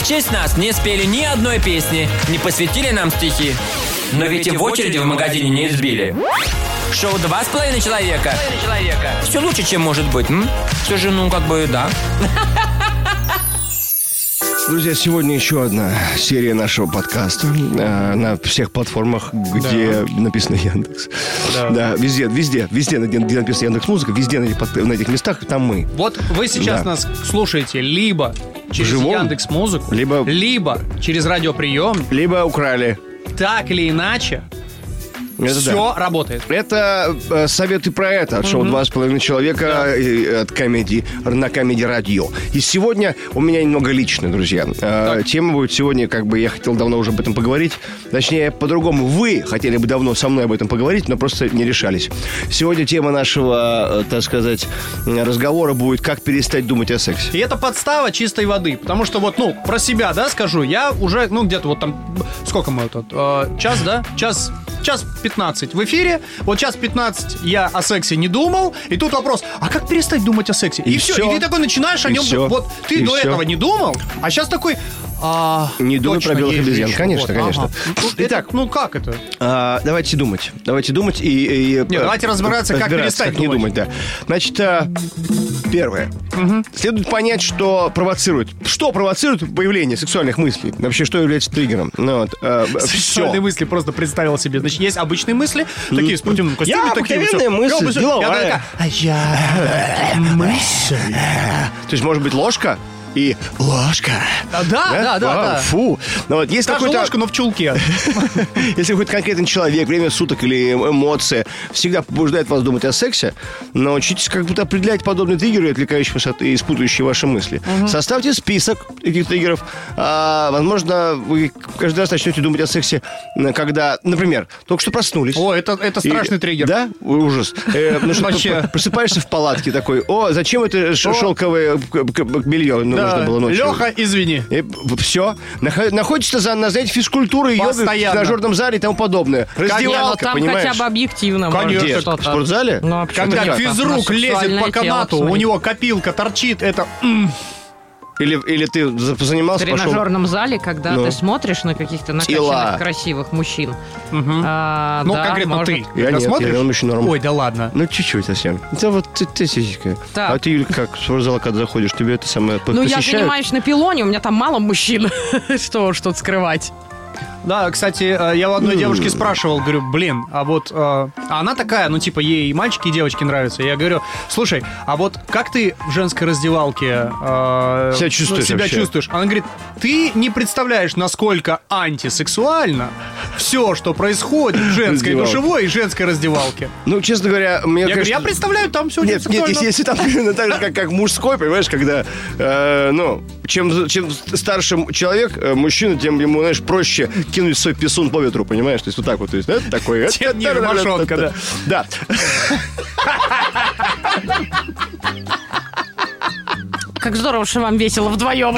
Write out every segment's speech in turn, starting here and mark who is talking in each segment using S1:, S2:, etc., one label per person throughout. S1: В честь нас не спели ни одной песни, не посвятили нам стихи. Но ведь и в очереди в магазине не избили. Шоу «Два с половиной человека». Все лучше, чем может быть. М? Все же, ну, как бы, да.
S2: Друзья, сегодня еще одна серия нашего подкаста э, на всех платформах, где написано Яндекс. Да. везде, везде, везде, где где написано Яндекс Музыка, везде на этих, под- на этих местах, там мы.
S3: Вот вы сейчас
S2: Да.
S3: нас слушаете либо через
S2: Вживую?
S3: Яндекс Музыку,
S2: Либо-
S3: либо через радиоприемник.
S2: Либо украли.
S3: Так или иначе,
S2: Это
S3: все работает.
S2: да. Это э, советы про это от шоу «Два с половиной человека» э, от комедии, на комедии радио. И сегодня у меня немного лично, друзья. Э, Тема будет сегодня, как бы я хотел давно уже об этом поговорить. Точнее, по-другому, вы хотели бы давно со мной об этом поговорить, но просто не решались. Сегодня тема нашего, э, так сказать, э, разговора будет «Как перестать думать о сексе».
S3: И это подстава чистой воды. Потому что вот, ну, про себя, да, скажу, я уже, ну, где-то вот там, сколько мы тут, э, час, да, час, час 15 в эфире, вот час 15 я о сексе не думал, и тут вопрос, а как перестать думать о сексе? И,
S2: И
S3: все,
S2: всё.
S3: и ты такой начинаешь о
S2: И
S3: нем,
S2: всё.
S3: вот, ты
S2: И
S3: до
S2: всё.
S3: этого не думал, а сейчас такой... а,
S2: Не думай
S3: точно,
S2: про белых
S3: есть же
S2: обезьян.
S3: ещё.
S2: Конечно,
S3: Вот,
S2: конечно.
S3: ага. Ну, это-
S2: Итак.
S3: ну как это?
S2: А, давайте думать. Давайте думать и... Нет,
S3: давайте разбираться, как перестать
S2: не думать. Да. Значит, а, первое. Следует понять, что провоцирует. Что провоцирует появление сексуальных мыслей? Вообще, что является триггером? Ну, вот, а, б- всё.
S3: Сексуальные мысли просто представил себе. Значит, есть обычные мысли, такие в спортивном костюме,
S2: Я
S3: такие вот
S2: обыкновенная
S3: всё.
S2: мысль,
S3: Я бы всё- я
S2: деловая.
S3: такая, а я мысль.
S2: То есть, может быть, ложка и ложка.
S3: Да, да, да, да,
S2: Вау,
S3: да.
S2: Фу. Ну, вот, есть
S3: Та же
S2: какой-то...
S3: ложка, но в чулке.
S2: Если какой-то конкретный человек, время суток или эмоции всегда побуждает вас думать о сексе, научитесь как будто определять подобные триггеры, отвлекающие вас от- и спутающие ваши мысли. Составьте список этих триггеров. А, возможно, вы каждый раз начнете думать о сексе, м, когда, например, только что проснулись.
S3: О, это, это
S2: И-
S3: страшный триггер.
S2: Да? Ой, Ужас. Э, ну что,
S3: Вообще.
S2: п- просыпаешься в палатке такой, о, зачем это ш-
S3: О.
S2: шелковое к- к- белье ну, нужно было ночью?
S3: Леха, извини.
S2: все. Находится за, на занятии физкультуры, йога, в
S3: Постоянно.
S2: тренажерном зале и тому подобное.
S4: Не, ну
S2: Раздевалка,
S4: там
S2: понимаешь?
S4: хотя бы объективно
S3: Конечно.
S2: Где?
S4: можно
S2: В
S4: что-то.
S2: спортзале?
S4: Ну, вообще,
S3: Когда
S4: как-то
S3: физрук
S4: на
S3: лезет по
S4: сексуальное тело
S3: канату, у
S4: посмотреть.
S3: него копилка торчит, это...
S2: Или, или ты за-
S4: в
S2: занимался, пошел...
S4: тренажерном зале, когда
S2: Ну.
S4: ты смотришь на каких-то накачанных
S2: Тела.
S4: красивых мужчин.
S3: Мгм.
S4: А,
S3: Ну,
S4: да,
S3: конкретно
S4: может-
S3: ты.
S2: Я
S3: Когда
S2: нет,
S3: смотришь?
S2: я еще норм.
S3: Ой, да ладно.
S2: Ну, чуть-чуть совсем. Да вот ты, ты сисечка.
S4: Так.
S2: А ты, Юль, как в спортзал, когда заходишь, тебе это самое
S4: Ну, я
S2: посещают?
S4: занимаюсь на пилоне, у меня там мало мужчин. Что уж тут скрывать.
S3: Да, кстати, э, я у одной девушки спрашивал, говорю, блин, а вот... э, а она такая, ну, типа, ей и мальчики, и девочки нравятся. Я говорю, слушай, а вот как ты в женской раздевалке... э,
S2: Себя чувствуешь
S3: ну, себя
S2: вообще?
S3: чувствуешь? Она говорит, ты не представляешь, насколько антисексуально все, что происходит в женской
S2: Раздевалке.
S3: душевой и женской раздевалке.
S2: Ну, честно говоря, мне
S3: Я говорю, я
S2: конечно-
S3: представляю, там все
S2: Нет, нет, если, если там примерно так же, как, как мужской, понимаешь, когда, э, ну, чем, чем старше человек, э, мужчина, тем ему, знаешь, проще кинуть свой писун по ветру, понимаешь? То есть вот так вот, то есть, это такой...
S3: Тем не ромашонка, да.
S2: Да.
S4: Как здорово, что вам весело вдвоем.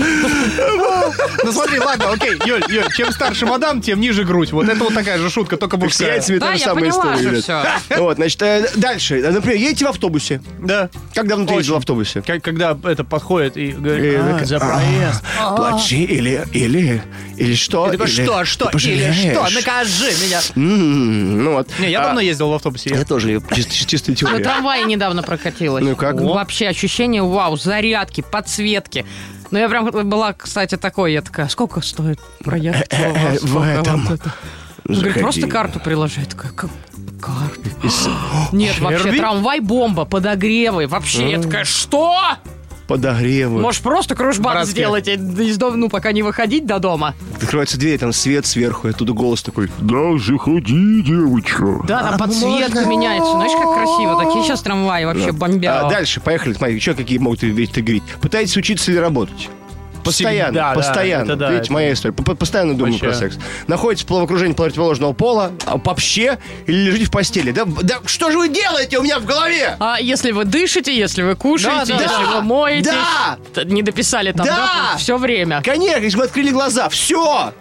S3: Ну смотри, ладно, окей, Юль, Юль, чем старше мадам, тем ниже грудь. Вот это вот такая же шутка, только
S2: С
S3: мужская.
S2: яйцами
S4: Да,
S2: та же
S4: я
S2: самая
S4: поняла
S2: история.
S4: же
S2: ребят.
S4: всё.
S2: Вот, значит, э, дальше. Например, едете в автобусе.
S3: Да.
S2: Как давно ты
S3: Очень.
S2: ездил в автобусе?
S3: Как- Когда это подходит и говорит,
S2: Э,
S3: «А,
S2: такая,
S3: за
S2: «А,
S3: проезд».
S2: Плачи или... Или... Или что?
S3: Ты такой,
S2: Или
S3: Типа, что, что,
S2: ты
S3: или что,
S2: пожалеешь».
S3: накажи меня.
S2: М, Ну вот.
S3: Не, я
S2: А,
S3: давно ездил А в автобусе.
S2: Я
S3: я-
S2: тоже, чис- чис- чистая
S4: На
S2: теория.
S4: трамвае Э, недавно прокатилась.
S2: Ну и как?
S4: Вообще ощущение, вау, зарядки, подсветки. Ну, я прям была, кстати, такой, я такая, сколько стоит проехать? у вас?
S2: Э, в
S4: Сколько
S2: этом.
S4: вот это?» Ну, говорит,
S2: Заходи.
S4: просто карту приложи. Я такая, «Как карту?
S2: И с-
S4: Нет, вообще,
S3: Черви?
S4: трамвай бомба, подогревы. Вообще, я такая, что?
S2: Подогревы.
S4: Можешь просто кружбан
S3: Братские.
S4: сделать, э, из дома, ну, пока не выходить до дома.
S2: Открывается дверь, там свет сверху, и оттуда голос такой «Да, заходи, девочка!»
S4: Да, там подсветка меняется. Знаешь, как красиво. Такие сейчас трамваи вообще
S2: А,
S4: бомбят.
S2: дальше, поехали, смотри, еще какие могут ведь триггерить. Пытаетесь учиться или работать? Постоянно,
S3: Всегда, да,
S2: постоянно.
S3: это да,
S2: Видите,
S3: это-
S2: моя история. П- п- Постоянно думаю про
S3: Вообще.
S2: секс. Находитесь в половокружении противоположного пола, а вообще, или лежите в постели. Да, да что же вы делаете у меня в голове?
S4: А если вы дышите, если вы кушаете,
S3: Да, да,
S4: если
S2: да.
S4: вы моетесь,
S2: Да.
S4: Т- не дописали там,
S2: Да.
S4: все время.
S2: Конечно, если бы открыли глаза, все!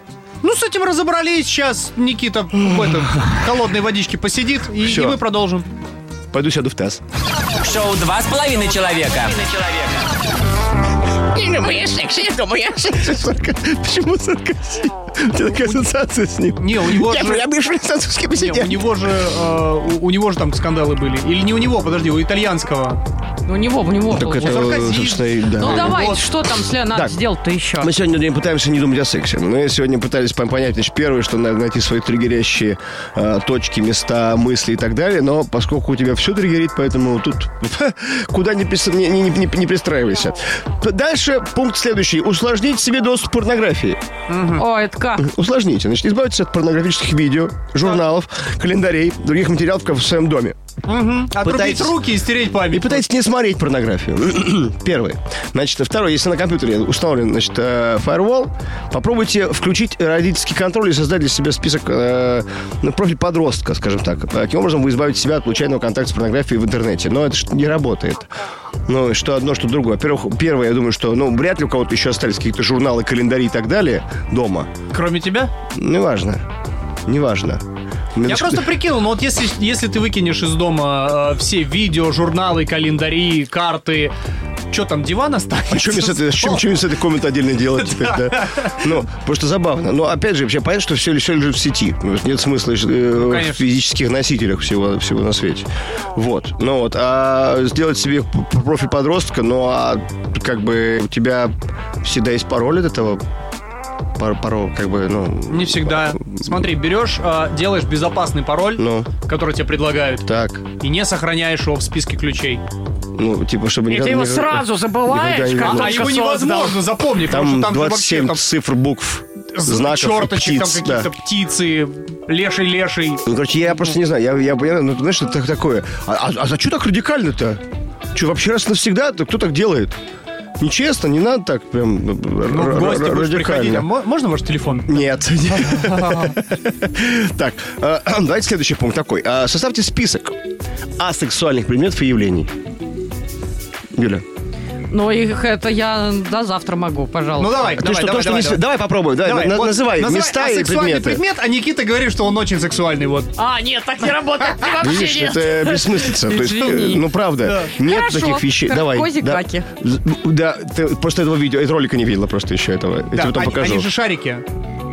S3: Ну, с этим разобрались. Сейчас Никита в этом холодной водичке посидит, и,
S2: Всё.
S3: и мы продолжим.
S2: Пойду сяду в таз.
S1: Шоу «Два с половиной человека».
S4: Ну,
S5: Я люблю секс, я думаю, я секс.
S2: Почему сарказм? У тебя такая ассоциация с ним.
S3: Не, у него
S5: Я
S3: же...
S5: люблю французский
S3: не, у
S5: президент.
S3: него же, э, у, у него же там скандалы были. Или не у него, подожди, у итальянского.
S4: ну, У него, у него.
S2: Так
S4: было.
S2: это,
S3: сарказм.
S2: собственно, и Э, да.
S4: Ну давайте,
S3: вот.
S4: что там Сля, надо
S2: Так.
S4: сделать-то еще?
S2: Мы сегодня не пытаемся не думать о сексе. Мы сегодня пытались пон- понять, значит, первое, что надо найти свои триггерящие э, точки, места, мысли и так далее. Но поскольку у тебя все триггерит, поэтому тут куда не, пис- не- не- не- не пристраивайся. П- Дальше пункт следующий. Усложнить себе доступ к порнографии.
S4: О, это как?
S2: Усложните. Значит, избавиться от порнографических видео, журналов, календарей, других материалов в своем доме.
S3: Отрубить
S2: Пытайтесь-
S3: руки и стереть память.
S2: И пытайтесь не смотреть порнографию. Первый. Значит, второй. Если на компьютере установлен, значит, э, firewall, попробуйте включить родительский контроль и создать для себя список, э, ну, профиль подростка, скажем так. Таким образом вы избавите себя от случайного контакта с порнографией в интернете. Но это ж не работает. Ну, что одно, что другое. Во-первых, первое, я думаю, что, ну, вряд ли у кого-то еще остались какие-то журналы, календари и так далее дома.
S3: Кроме тебя?
S2: Неважно. Неважно.
S3: Я просто прикинул, но вот если, если ты выкинешь из дома э, все видео, журналы, календари, карты, что там, диван останется?
S2: А что мне с этой, с чем, чем мне с этой комнатой отдельно делать теперь, да? Ну, потому что забавно. Но, опять же, вообще понятно, что все, все лежит в сети. Потому что Нет смысла э,
S3: Ну, конечно.
S2: в физических носителях всего, всего на свете. Вот. Ну вот. А сделать себе п- профиль подростка, ну, а как бы у тебя всегда есть пароль от этого пар- пароль, как бы, ну...
S3: Не всегда. Смотри, берешь, э, делаешь безопасный пароль,
S2: Ну,
S3: который тебе предлагают,
S2: так.
S3: и не сохраняешь его в списке ключей.
S2: Ну, типа, чтобы
S4: И ты
S2: никогда
S4: его
S2: не-
S4: сразу
S2: никогда
S4: забываешь,
S2: не
S4: как
S2: вернусь.
S4: только
S3: А его
S4: создал.
S3: невозможно запомнить,
S2: Там,
S3: потому что там же
S2: 27
S3: вообще
S2: цифр, букв,
S3: там
S2: знаков, и
S3: черточек,
S2: птиц,
S3: там
S2: да.
S3: какие-то птицы, леший-леший.
S2: Ну, короче, я просто не знаю, я, я понимаю, ну, ты знаешь, это так- такое. А, а, а что так радикально-то? Что, вообще раз и навсегда? Да Кто так делает? Нечестно, не надо так прям ну,
S3: Ну,
S2: р-
S3: в гости
S2: р-
S3: будешь приходить. А
S2: радикально.
S3: мо- можно ваш телефон?
S2: Нет. Так, э, давайте следующий пункт такой. Э, Составьте список асексуальных предметов и явлений. Юля.
S4: Но Ну, их это я до завтра могу,
S3: Ну
S4: пожалуйста.
S3: давай,
S2: а Ты
S3: давай,
S2: что, то,
S3: давай,
S2: что не
S3: давай,
S2: с- Давай попробуй, давай,
S3: Давай,
S2: на-
S3: вот
S2: называй места и
S3: сексуальный
S2: предметы.
S3: предмет, а Никита говорит, что он очень сексуальный. Вот.
S4: А, нет, так не работает. ты Вообще
S2: Видишь,
S4: нет.
S2: это бессмыслица. То есть, э,
S4: Извини.
S2: ну правда, нет
S4: Хорошо.
S2: таких вещей.
S4: Кор-
S2: Давай.
S4: козик
S2: да.
S4: Баки.
S2: З- Да, ты просто этого видео, этого ролика не видела просто еще этого. Я тебе
S3: Да,
S2: потом
S3: они,
S2: покажу.
S3: они же шарики.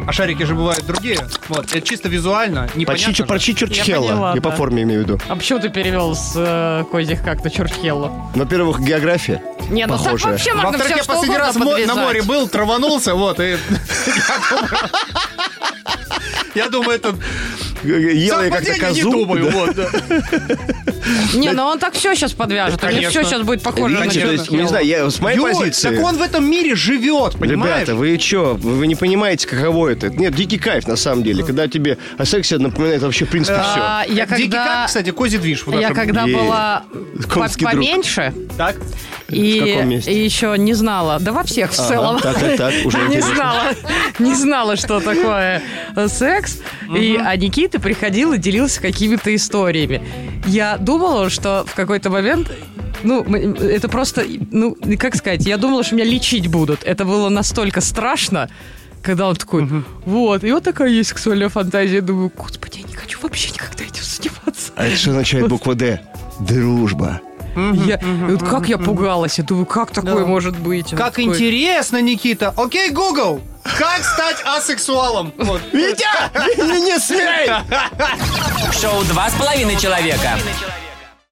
S3: А шарики же бывают другие. Вот, это чисто визуально,
S2: Почти,
S3: непонятно. же.
S2: почти Чурчхелла.
S4: Я
S2: Я,
S4: поняла,
S2: по
S4: да.
S2: форме имею в виду.
S4: А почему ты перевел с э, козих как-то Чурхеллу?
S2: Во-первых, география.
S4: Не, ну так
S2: Похожая.
S4: вообще можно
S3: Во-вторых,
S4: все
S3: я
S4: что
S3: последний раз мо-
S4: угодно
S3: на
S4: подвязать.
S3: море был, траванулся, вот, и... Я думаю, это
S2: Г- г- Ела я как-то
S3: совпадение не
S2: козу.
S3: думаю,
S2: да.
S3: вот. да.
S4: Не, ну он так все сейчас подвяжет. а Они
S3: Конечно.
S4: все сейчас будет похоже на
S2: Видите, то есть,
S4: Чурхеллу.
S2: не знаю, я, с моей
S3: Юль,
S2: позиции...
S3: так он в этом мире живет, понимаешь?
S2: Ребята, вы что, вы вы не понимаете, каково это? Нет, дикий кайф на самом деле, когда тебе о сексе напоминает вообще в принципе все.
S4: А, Я
S3: Дикий
S4: когда...
S3: как, кстати, козий движ. вот
S4: Я
S3: это.
S4: когда
S2: Е.
S4: была по-
S2: э, Конский друг.
S4: поменьше
S3: Так,
S4: и,
S2: В каком месте?
S4: и еще не знала, да во всех в целом,
S2: так, так, так, уже
S4: не
S2: интересно.
S4: знала, не знала, что такое э, секс, и, а Никита приходил и делился какими-то историями. Я думала, что в какой-то момент ну, м- это просто, ну, как сказать, я думала, что меня лечить будут. Это было настолько страшно, когда он такой, вот, и вот такая есть сексуальная фантазия. Я думаю, господи, я не хочу вообще никогда этим заниматься.
S2: А это что означает буква «Д»? Дружба.
S4: Я, и вот как я пугалась, я думаю, как такое
S3: Да.
S4: может быть? Она
S3: как
S4: такой,
S3: интересно, Никита. Окей, Google, как стать асексуалом? Вот.
S2: Витя, не смей!
S1: Шоу «Два с половиной человека».